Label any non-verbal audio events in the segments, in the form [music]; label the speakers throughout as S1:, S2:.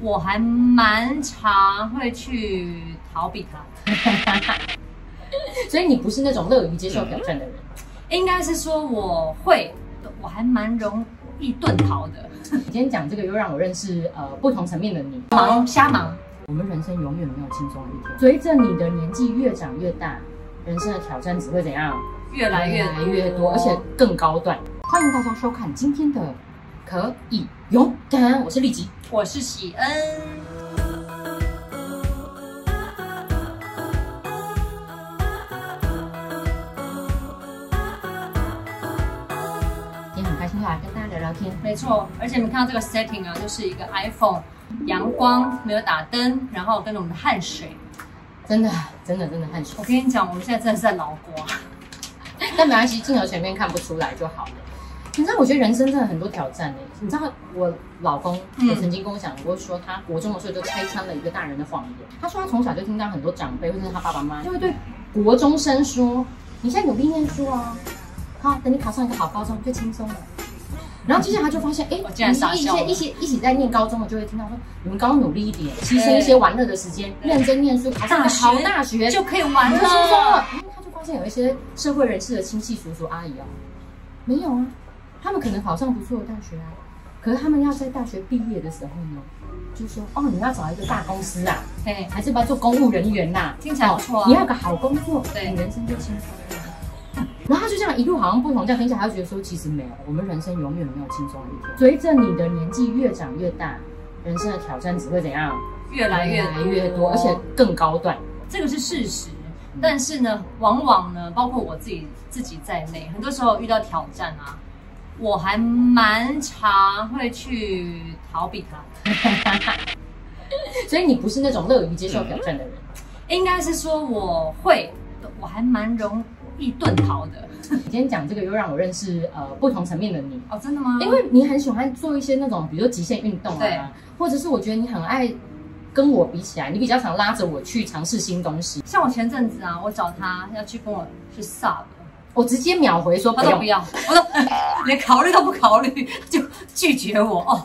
S1: 我还蛮常会去逃避它。
S2: 所以你不是那种乐于接受挑战的人。
S1: 应该是说我会，我还蛮容易遁逃的，
S2: 你今天讲这个，又让我认识呃不同层面的你。
S1: 忙瞎忙。
S2: 我们人生永远没有轻松的一天。随着你的年纪越长越大，人生的挑战只会怎样？
S1: 越来越
S2: 来越多，而且更高段。欢迎大家收看今天的《可以勇敢》，我是丽吉。
S1: 我是喜恩。
S2: 今天很开心又来跟大家聊聊天。
S1: 没错，而且你看到这个 setting 啊，就是一个 iPhone，阳光没有打灯，然后跟着我们的汗水。
S2: 真的，真的，真的汗水
S1: 我。跟你讲，我们现在真的是在啊劳瓜。
S2: 但没关系，镜头前面看不出来就好了。你知道，我觉得人生真的很多挑战呢、欸你知道，我老公
S1: 嗯
S2: 也曾经跟我讲过说，他国中的时候就拆穿了一个大人的谎言。他说他从小就听到很多长辈或者是他爸爸妈妈就会对国中生说：“你现在努力念书啊，好，等你考上一个好高中就轻松了。”然后接下来他就发现，哎、
S1: 我竟然傻
S2: 一
S1: 笑了
S2: 些一些一起在念高中的就会听到说，你们高中努力一点，牺牲一些玩乐的时间，认真念书，考上一个好大学
S1: 就可以玩
S2: 你就轻松
S1: 了。
S2: 了。他就发现有一些社会人士的亲戚、叔叔、阿姨哦，没有啊，他们可能考上不错的大学啊，可是他们要在大学毕业的时候呢，就说哦，你要找一个大公司啊，
S1: 对，
S2: 还是不要做公务人员呐、
S1: 听起来不错啊
S2: 哦你要有个好工作，
S1: 对
S2: 你人生就轻松了。 [laughs] 然后他就这样一路好像不同，这样听起来他就觉得说，其实没有，我们人生永远没有轻松的一天。随着你的年纪越长越大，人生的挑战只会怎样？
S1: 越来越
S2: 来越多，而且更高段。
S1: 这个是事实。但是呢，往往呢，包括我自己自己在内，很多时候遇到挑战啊，我还蛮常会去逃避它。
S2: 所以你不是那种乐于接受挑战的人。
S1: 应该是说我会，我还蛮容易遁逃的。
S2: 你今天讲这个，又让我认识呃不同层面的你，
S1: 哦，真的吗？
S2: 因为你很喜欢做一些那种，比如说极限运动
S1: 对
S2: 啊，或者是我觉得你很爱跟我比起来，你比较常拉着我去尝试新东西。
S1: 像我前阵子啊，我找他要去跟我去 sub，
S2: 我直接秒回说
S1: 他
S2: 不
S1: 说不
S2: 用，
S1: 要，我说 [laughs] 连考虑都不考虑， [laughs] 就拒绝我哦。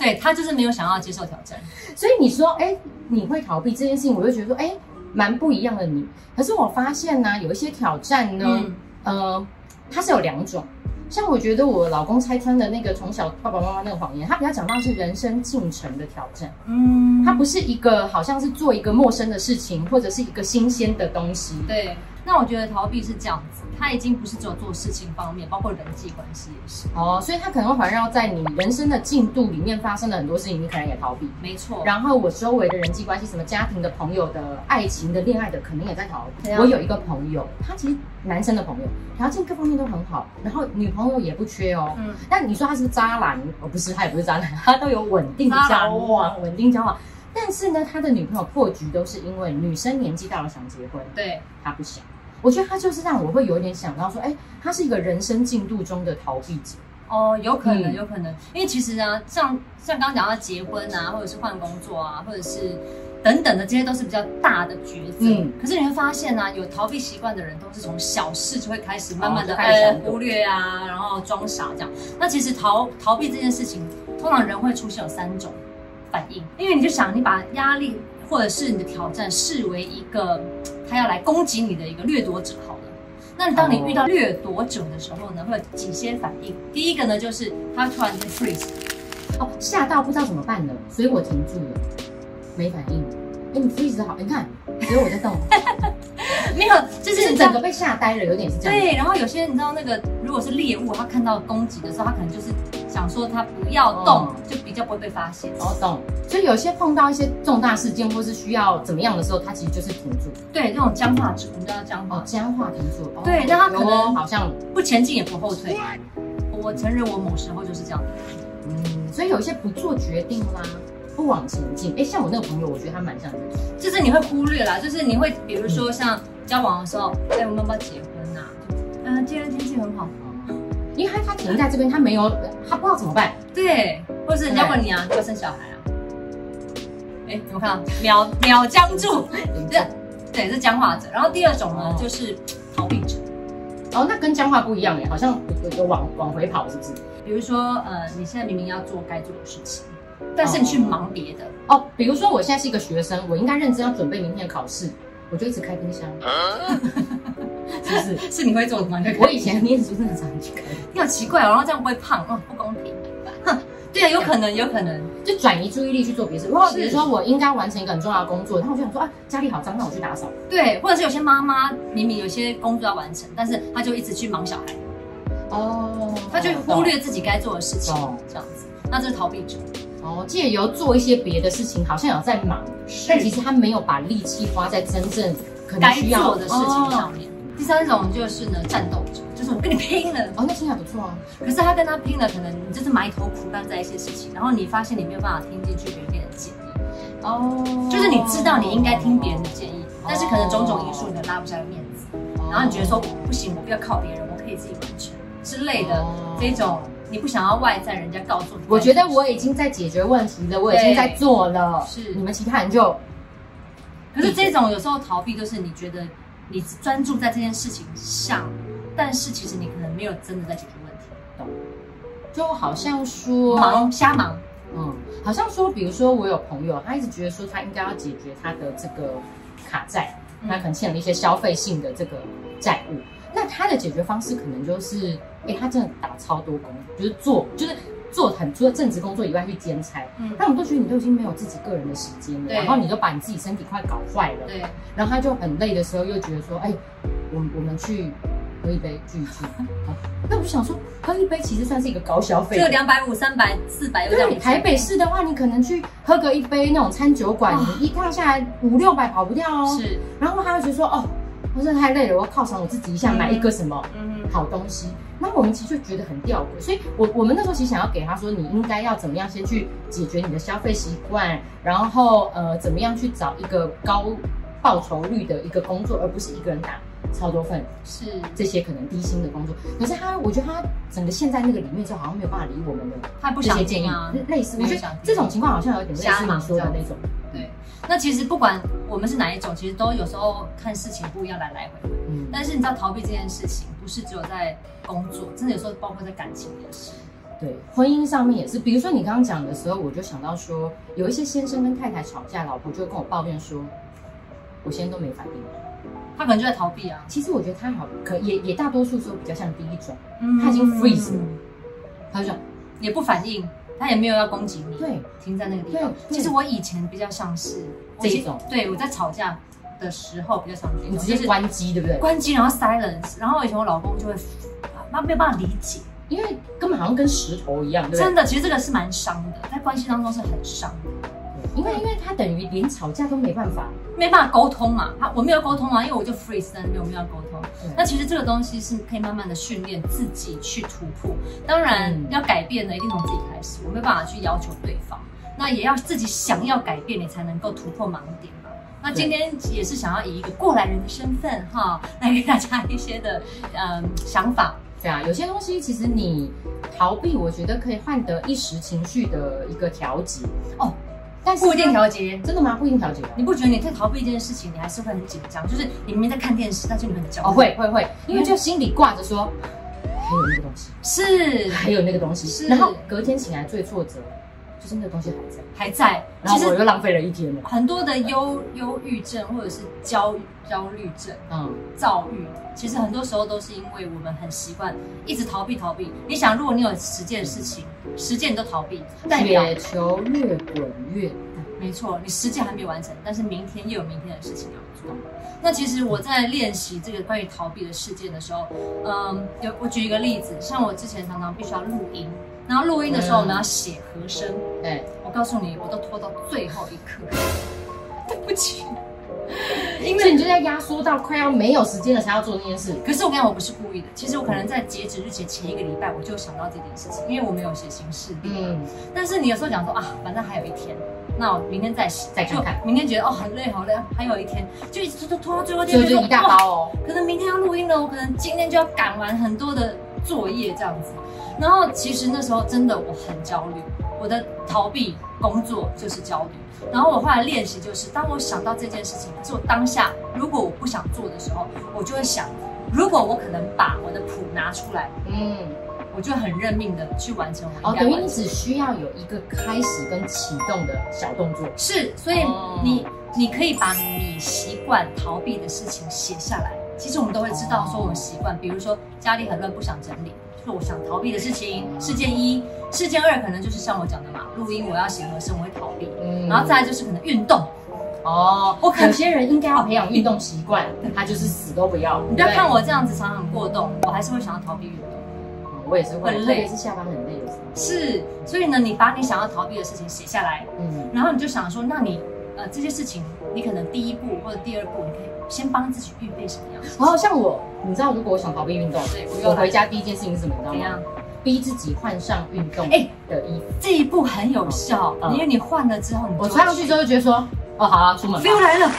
S1: 对他就是没有想要接受挑战，
S2: 所以你说哎、你会逃避这件事情，我就觉得说哎，蛮、不一样的你。可是我发现呢、有一些挑战呢，
S1: 嗯，
S2: 呃，它是有两种。像我觉得我老公拆穿的那个从小爸爸妈妈那个谎言，他比较讲到是人生进程的挑战。
S1: 嗯，
S2: 它不是一个好像是做一个陌生的事情，或者是一个新鲜的东西。
S1: 对。那我觉得逃避是这样子，他已经不是只有做事情方面，包括人际关系也是，
S2: 哦，所以它可能会环绕在你人生的进度里面发生的很多事情，你可能也逃避。
S1: 没错。
S2: 然后我周围的人际关系，什么家庭的、朋友的、爱情的、恋爱的，可能也在逃避。
S1: 对啊
S2: 我有一个朋友，他其实男生的朋友，条件各方面都很好，然后女朋友也不缺哦。
S1: 嗯，
S2: 但你说他是不是渣男？哦，不是，他也不是渣男，他都有稳定的
S1: 渣
S2: 交
S1: 男
S2: 往，稳定交往。但是呢，他的女朋友破局都是因为女生年纪大了想结婚。
S1: 对，
S2: 他不想。我觉得他就是让我会有一点想到说，哎，他是一个人生进度中的逃避者。
S1: 哦，有可能，
S2: 嗯
S1: 有可能，因为其实啊，像像刚刚讲到结婚啊，或者是换工作啊，或者是等等的，这些都是比较大的抉择。
S2: 嗯
S1: 可是你会发现啊，有逃避习惯的人，都是从小事就会开始慢慢的、
S2: 哦就开始想
S1: 忽略啊，然后装傻这样。那其实逃逃避这件事情，通常人会出现有三种反应，因为你就想你把压力或者是你的挑战视为一个他要来攻击你的一个掠夺者好了。那当你遇到掠夺者的时候呢，会有几些反应？第一个呢，就是他突然间 freeze， [laughs]
S2: 哦，吓到不知道怎么办了，所以我停住了，没反应。哎，你 freeze 好，你看，所以我在动，
S1: 没有， [laughs] 就
S2: 就是是
S1: 你知道
S2: 整个被吓呆了，有点是这样。
S1: 对。然后有些人你知道那个，如果是猎物，他看到攻击的时候，他可能就是想说他不要动，
S2: 哦
S1: 就比较不会被发现。
S2: 哦，懂。所以有些碰到一些重大事件或是需要怎么样的时候，他其实就是停住。
S1: 对，这种僵化者，我们叫僵化
S2: 哦，
S1: 者，
S2: 僵化停住。哦
S1: 对那他可能
S2: 有哦好像，
S1: 不前进也不后退。我承认我某时候就是这样的人。
S2: 嗯，所以有一些不做决定啦，不往前进。哎，像我那个朋友，我觉得他蛮像这种。
S1: 就是你会忽略啦，就是你会比如说像交往的时候，哎、我们要不要结婚呐、嗯、今天天气很好，
S2: 哦因为他他停在这边，他没有，他不知道怎么办。
S1: 对，或是人家问你啊，你要生小孩啊？哎、怎么看到秒秒僵住？对对，是僵化者。然后第二种呢，
S2: 哦
S1: 就是逃避者，
S2: 哦，那跟僵化不一样哎，好像有有有往往回跑是不是？
S1: 比如说呃，你现在明明要做该做的事情，但是你去忙别的，
S2: 哦，比如说我现在是一个学生，我应该认真要准备明天的考试，我就一直开冰箱， [laughs] 是不是？ [laughs]
S1: 是你会做的吗？
S2: 我以前念书真的常去开，
S1: 你好奇怪哦，然后这样不会胖，哦，不公平。哼，对啊，有可能，有可能。
S2: 就转移注意力去做别的事。如果比如
S1: 是
S2: 说我应该完成一个很重要的工作，然后我就想说啊，家里好脏，那我去打扫。
S1: 对，或者是有些妈妈明明有些工作要完成，但是她就一直去忙小孩，
S2: 哦，
S1: 她就忽略自己该做的事情
S2: 懂，
S1: 这样子，那这是逃避者。
S2: 哦，借由做一些别的事情，好像有在忙，但其实他没有把力气花在真正可能
S1: 该
S2: 需要
S1: 做的事情上
S2: 哦
S1: 面。第三种就是呢，战斗者，就是我跟你拼了。
S2: 哦，那听起来不错啊。
S1: 可是他跟他拼了，可能你就是埋头苦干在一些事情，然后你发现你没有办法听进去别人给你的建议，
S2: 哦，
S1: 就是你知道你应该听别人的建议，但是可能种种因素你拉不下面子，
S2: 哦，
S1: 然后你觉得说不行，我不要靠别人，我可以自己完成之类的
S2: 哦
S1: 这种，你不想要外在人家告诉你。
S2: 我觉得我已经在解决问题了，我已经在做了，
S1: 是
S2: 你们其他人就
S1: 可是这种有时候逃避，就是你觉得你专注在这件事情上，但是其实你可能没有真的在解决问题，
S2: 就好像说，
S1: 忙瞎忙。
S2: 嗯，好像说，比如说我有朋友，他一直觉得说他应该要解决他的这个卡债，
S1: 嗯
S2: 他可能欠了一些消费性的这个债务。那他的解决方式可能就是，哎、他真的打超多工，就是做，就是做很除了正职工作以外去兼差。
S1: 嗯
S2: 那我们都觉得你都已经没有自己个人的时间了，
S1: 对
S2: 然后你就把你自己身体快搞坏了，
S1: 对，
S2: 然后他就很累的时候，又觉得说，哎、我我们去喝一杯
S1: [laughs]
S2: 聚一聚。好那我就想说，喝一杯其实算是一个高消费
S1: 这
S2: 的，
S1: 个两百五、三百、四百，
S2: 对，台北市的话，你可能去喝个一杯那种餐酒馆，
S1: 啊
S2: 你一趟下来五六百跑不掉哦。
S1: 是，
S2: 然后他会觉得说，哦，我真的太累了，我要犒赏我自己一下，
S1: 嗯
S2: 买一个什么
S1: 嗯
S2: 好东西。那我们其实就觉得很吊诡，所以我我们那时候其实想要给他说，你应该要怎么样先去解决你的消费习惯，然后呃怎么样去找一个高报酬率的一个工作，而不是一个人打超多份
S1: 是，
S2: 这些可能低薪的工作。可是他，我觉得他整个陷在那个里面之后，好像没有办法理我们的
S1: 他不
S2: 这
S1: 想
S2: 些建议
S1: 听啊。，
S2: 类似，
S1: 没
S2: 我
S1: 有
S2: 觉
S1: 想
S2: 得
S1: 听啊
S2: 这种情况好像有点类似你说的那种，
S1: 对，那其实不管我们是哪一种，其实都有时候看事情不一样，来来回回。
S2: 嗯，
S1: 但是你知道，逃避这件事情不是只有在工作，真的有时候包括在感情也是。
S2: 对，婚姻上面也是，比如说你刚刚讲的时候，我就想到说，有一些先生跟太太吵架，老婆就会跟我抱怨说，我先都没反应。
S1: 他可能就在逃避啊，
S2: 其实我觉得他好，可也也大多数时候比较像第一种，
S1: 嗯
S2: 他已经 freeze 了他就讲
S1: 也不反应，他也没有要攻击你，
S2: 对，
S1: 停在那个地方。
S2: 对
S1: 其实我以前比较像是
S2: 这一种，
S1: 我其对我在吵架的时候比较常这
S2: 你
S1: 种，
S2: 直
S1: 就
S2: 接
S1: 是
S2: 关机，对不对？
S1: 关机，然后 silence，然后以前我老公就会，他没有办法理解。
S2: 因为根本好像跟石头一样，对不
S1: 真的，其实这个是蛮伤的，在关系当中是很伤的，
S2: 对？因为因为他等于连吵架都没办法，
S1: 没办法沟通嘛。啊，我没有沟通啊，因为我就 freeze 在那边，我没有沟通。那
S2: 那
S1: 其实这个东西是可以慢慢的训练自己去突破，当然、
S2: 嗯
S1: 要改变呢，一定从自己开始，我没有办法去要求对方，那也要自己想要改变，你才能够突破盲点嘛。那今天也是想要以一个过来人的身份哈， [laughs] 来给大家一些的嗯想法，
S2: 对啊，有些东西其实你逃避，我觉得可以换得一时情绪的一个调节
S1: 哦，
S2: 但是
S1: 不一定调节。
S2: 真的吗？不一定调节哦
S1: 你不觉得你在逃避这件事情，你还是会很紧张？就是你明明在看电视，但是你很焦虑。
S2: 哦，会会会，因为就心里挂着说，还有那个东西，
S1: 是
S2: 还有那个东
S1: 是
S2: 西，然后隔天起来最挫折，就是那个东西还在，
S1: 还在。
S2: 然
S1: 其
S2: 后我
S1: 实
S2: 又浪费了一天了。
S1: 很多的忧忧郁症或者是焦焦虑症、
S2: 嗯，
S1: 躁郁，其实很多时候都是因为我们很习惯一直逃避逃避。你想，如果你有十件事情，十件你都逃避，代表
S2: 雪球越滚越大。
S1: 没错，你十件还没完成，但是明天又有明天的事情要做。那其实我在练习这个关于逃避的事件的时候，嗯，有我举一个例子，像我之前常常必须要录音，然后录音的时候呢
S2: 嗯
S1: 要写和声，
S2: 对，
S1: 我告诉你，我都拖到最后一刻， [laughs] 对不起。
S2: 因为你就在压缩到快要没有时间了才要做那件事。
S1: 可是我跟你讲，我不是故意的。其实我可能在截止日前前一个礼拜，我就想到这件事情，因为我没有写行事历。
S2: 嗯，
S1: 但是你有时候讲说啊，反正还有一天，那我明天再写，
S2: 再看看
S1: 就明天觉得哦很累好累，还有一天，就一直都拖到最后一
S2: 所
S1: 天，
S2: 以就一大
S1: 哇
S2: 包哦。
S1: 可能明天要录音了，我可能今天就要赶完很多的作业这样子。然后其实那时候真的我很焦虑，我的逃避工作就是焦虑。然后我后来练习就是，当我想到这件事情，可是我当下如果我不想做的时候，我就会想，如果我可能把我的谱拿出来，
S2: 嗯，
S1: 我我就很认命的去完成我应，
S2: 哦
S1: 该
S2: 等于
S1: 完
S2: 你
S1: 成
S2: 只需要有一个开始跟启动的小动作。
S1: 是，所以
S2: 哦
S1: 你、你可以把你习惯逃避的事情写下来。其实我们都会知道，说我们习惯，比如说家里很乱，不想整理，就是我想逃避的事情。事件一，事件二可能就是像我讲的嘛，录音我要写和声，我会逃避。
S2: 嗯
S1: 然后再来就是可能运动，
S2: 哦，
S1: 我可能
S2: 有些人应该要培养运动习惯，他就是死都不要。
S1: 你不要
S2: 对
S1: 看我这样子常常过动，我还是会想要逃避运动。
S2: 嗯我也是会，
S1: 很
S2: 特
S1: 累
S2: 别是下班很累的时候。
S1: 是，所以呢，你把你想要逃避的事情写下来，
S2: 嗯，
S1: 然后你就想说，那你呃这些事情，你可能第一步或者第二步，你可以先帮自己预备什么样的事情？
S2: 然后像我，你知道，如果我想逃避运动，
S1: 对我又
S2: 我
S1: 来
S2: 回家第一件事情是什么，你知道
S1: 怎
S2: 吗
S1: 样？？
S2: 逼自己换上运动
S1: 哎
S2: 的衣服。
S1: 这一步很有效，
S2: 嗯
S1: 因为你换了之后，你
S2: 我穿上去之后就觉得说，哦，好啊，出门吧。
S1: ，feel 来了，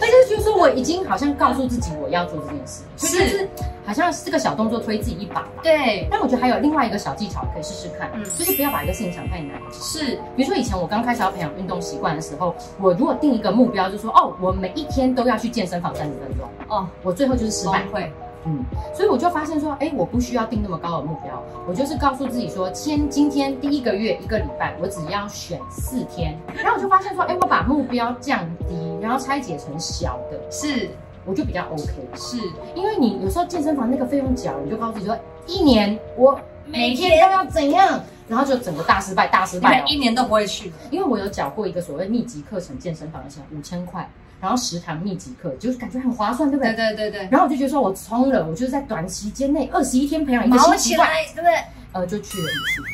S2: 而且就觉得说我已经好像告诉自己我要做这件事，
S1: 是
S2: 所以就是好像是这个小动作推自己一把。
S1: 对，
S2: 但我觉得还有另外一个小技巧可以试试看，
S1: 嗯
S2: 就是不要把一个事情想太难。
S1: 是
S2: 比如说以前我刚开始要培养运动习惯的时候，我如果定一个目标，就说哦，我每一天都要去健身房三十分钟，
S1: 哦，
S2: 我最后就是失
S1: 崩
S2: 败。
S1: 溃，
S2: 嗯，所以我就发现说，哎，我不需要定那么高的目标，我就是告诉自己说，先今天第一个月一个礼拜，我只要选四天。然后我就发现说，哎，我把目标降低，然后拆解成小的，
S1: 是
S2: 我就比较 OK。
S1: 是，
S2: 因为你有时候健身房那个费用缴，你就告诉自己说，一年我每天都要怎样，然后就整个大失败，大失
S1: 你
S2: 败、
S1: 们
S2: 哦。
S1: 一年都不会去，
S2: 因为我有缴过一个所谓密集课程健身房的钱，五千块，然后十堂密集课，就是感觉很划算，对不对？
S1: 对对对对，
S2: 然后我就觉得说，我冲了，我就是在短期间内二十一天培养一个
S1: 毛
S2: 新习
S1: 起
S2: 惯，
S1: 来，对不对？
S2: 呃，就去了一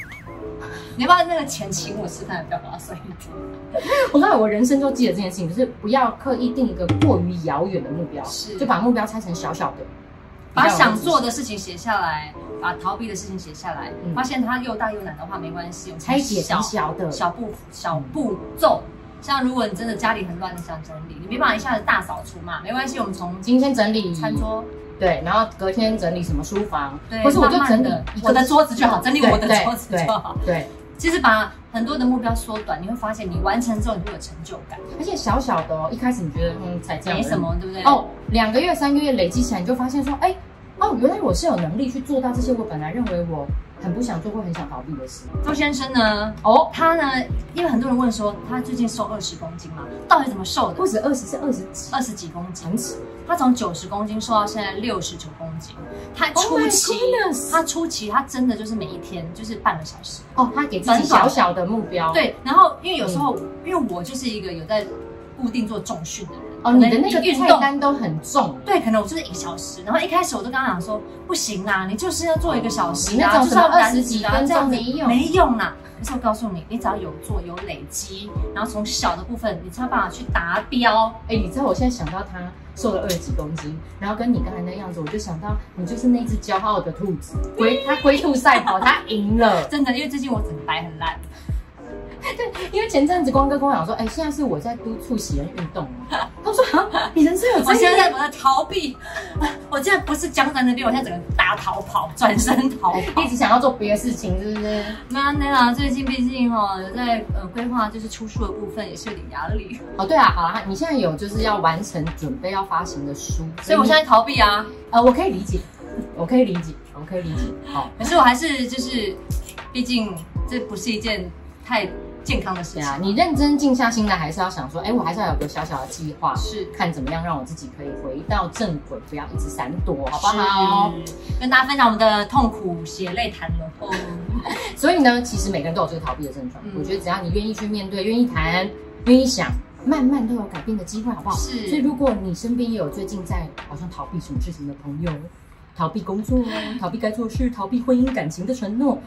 S1: 你要不要那个钱请我吃饭，比较划算一点？
S2: 次。我告诉你，我人生就记得这件事情，就是不要刻意定一个过于遥远的目标，
S1: 是
S2: 就把目标拆成小小的，
S1: 把想做
S2: 的
S1: 的事情写下来，把逃避的事情写下来
S2: 嗯，
S1: 发现它又大又难的话没关系，我们
S2: 拆解成小的，嗯
S1: 小步小步骤。像如果你真的家里很乱，你想整理，你没办法一下子大扫除嘛，没关系，我们从
S2: 今天整理
S1: 餐桌。
S2: 对，然后隔天整理什么书房，
S1: 对
S2: 或是我就
S1: 慢慢
S2: 整理
S1: 地
S2: 一个
S1: 我的桌子就好整理我的
S2: 对
S1: 桌子
S2: 对
S1: 就好
S2: 对。对
S1: 其实把很多的目标缩短，你会发现你完成之后你会有成就感，
S2: 而且小小的哦，一开始你觉得嗯才这样而
S1: 没
S2: 已
S1: 什么，对不对？
S2: 哦，两个月、三个月累积起来，你就发现说，哎，哦，原来我是有能力去做到这些我本来认为我很不想做或很想逃避的事。
S1: 周先生呢，
S2: 哦，
S1: 他呢，因为很多人问说他最近瘦二十公斤嘛，到底怎么瘦
S2: 不
S1: 的？
S2: 止二十，是二十几，
S1: 二十几公斤
S2: 很，扯。
S1: 他从九十公斤瘦到现在六十九公斤，他
S2: Oh
S1: 初
S2: my
S1: 期
S2: goodness
S1: 他初期他真的就是每一天就是半个小时，
S2: 哦，他给自己
S1: 短短
S2: 小小的目标。，
S1: 对，然后因为有时候、因为我就是一个有在固定做重训的人，可
S2: 哦，你
S1: 能
S2: 的那个
S1: 一运
S2: 菜
S1: 动
S2: 单都很重。
S1: 对，可能我就是一个小时，然后一开始我就跟他讲说，不行啦，你就是要做一个小时
S2: 你那
S1: 啊，
S2: 种
S1: 就是
S2: 什么
S1: 要燃
S2: 20几
S1: 脂啊
S2: 分
S1: 这样
S2: 钟
S1: 子
S2: 没用
S1: 没用啦。可是我告诉你，你只要有做有累积，然后从小的部分，你才有办法去达标。
S2: 哎，你知道我现在想到他瘦了二十几公斤，然后跟你刚才那样子，我就想到你就是那只骄傲的兔子，龟他龟兔赛跑，他赢了。
S1: 真的，因为最近我整个白很烂，
S2: [laughs] 因为前阵子光哥跟我讲说，哎、现在是我在督促喜恩运动哦。他说啊，你人生有
S1: 我
S2: 这
S1: 现
S2: 些
S1: 在在我在逃避，我我现在不是江山的六，我现在整个大逃跑，转身逃跑
S2: 哦一。直想要做别的事情，是不是？
S1: [laughs] 那那啦，最近毕竟哈、有在呃规划就是出书的部分，也是有点压力，
S2: 哦，对啊，好啦，你现在有就是要完成准备要发行的书，
S1: 所以我现在逃避啊。
S2: 呃，我可以理解，我可以理解，我可以理解。好，
S1: 可是我还是就是，毕竟这不是一件太健康的事
S2: 对
S1: 情。
S2: 啊，你认真静下心来，还是要想说，哎、我还是要有个小小的计划，
S1: 是
S2: 看怎么样让我自己可以回到正轨，不要一直闪躲，好不好？
S1: 是跟大家分享我们的痛苦、血泪谈了后，
S2: 哦所以呢，其实每个人都有这个逃避的症状。
S1: 嗯
S2: 我觉得只要你愿意去面对，愿意谈，愿意想，慢慢都有改变的机会，好不好？
S1: 是
S2: 所以如果你身边也有最近在好像逃避什么事情的朋友，逃避工作，啊逃避该做事，逃避婚姻感情的承诺，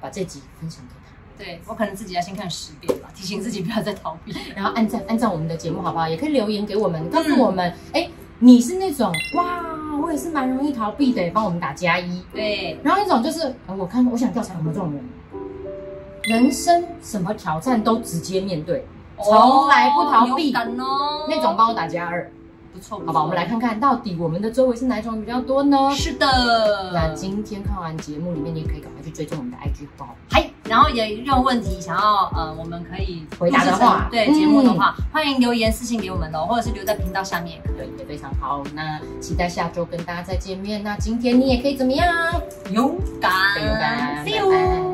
S2: 把这集分享给他，
S1: 对我可能自己要先看十遍吧，提醒自己不要再逃
S2: [laughs]
S1: 避。
S2: 然后按赞按赞我们的节目，好不好？也可以留言给我们，告诉我们，哎、你是那种哇，我也是蛮容易逃避的，帮我们打加一。
S1: 对，
S2: 然后一种就是，呃我看我想调查有没有这种人，人生什么挑战都直接面对，从来不逃
S1: 哦
S2: 避
S1: 勇敢哦，
S2: 那种，帮我打加二。
S1: 不错，
S2: 好吧，我们来看看到底我们的周围是哪一种人比较多呢？
S1: 是
S2: 那
S1: 的，
S2: 今天看完节目里面，你也可以赶快去追踪我们的 IG 好不好？
S1: 还然后也有问题想要呃，我们可以
S2: 回答的
S1: 录
S2: 话
S1: 制成对
S2: 嗯
S1: 节目的话，欢迎留言私信给我们哦，或者是留在频道下面也可
S2: 对，也非常好。那期待下周跟大家再见面。那今天你也可以怎么样？
S1: 以。勇敢
S2: 勇敢
S1: ，See
S2: 拜拜
S1: you。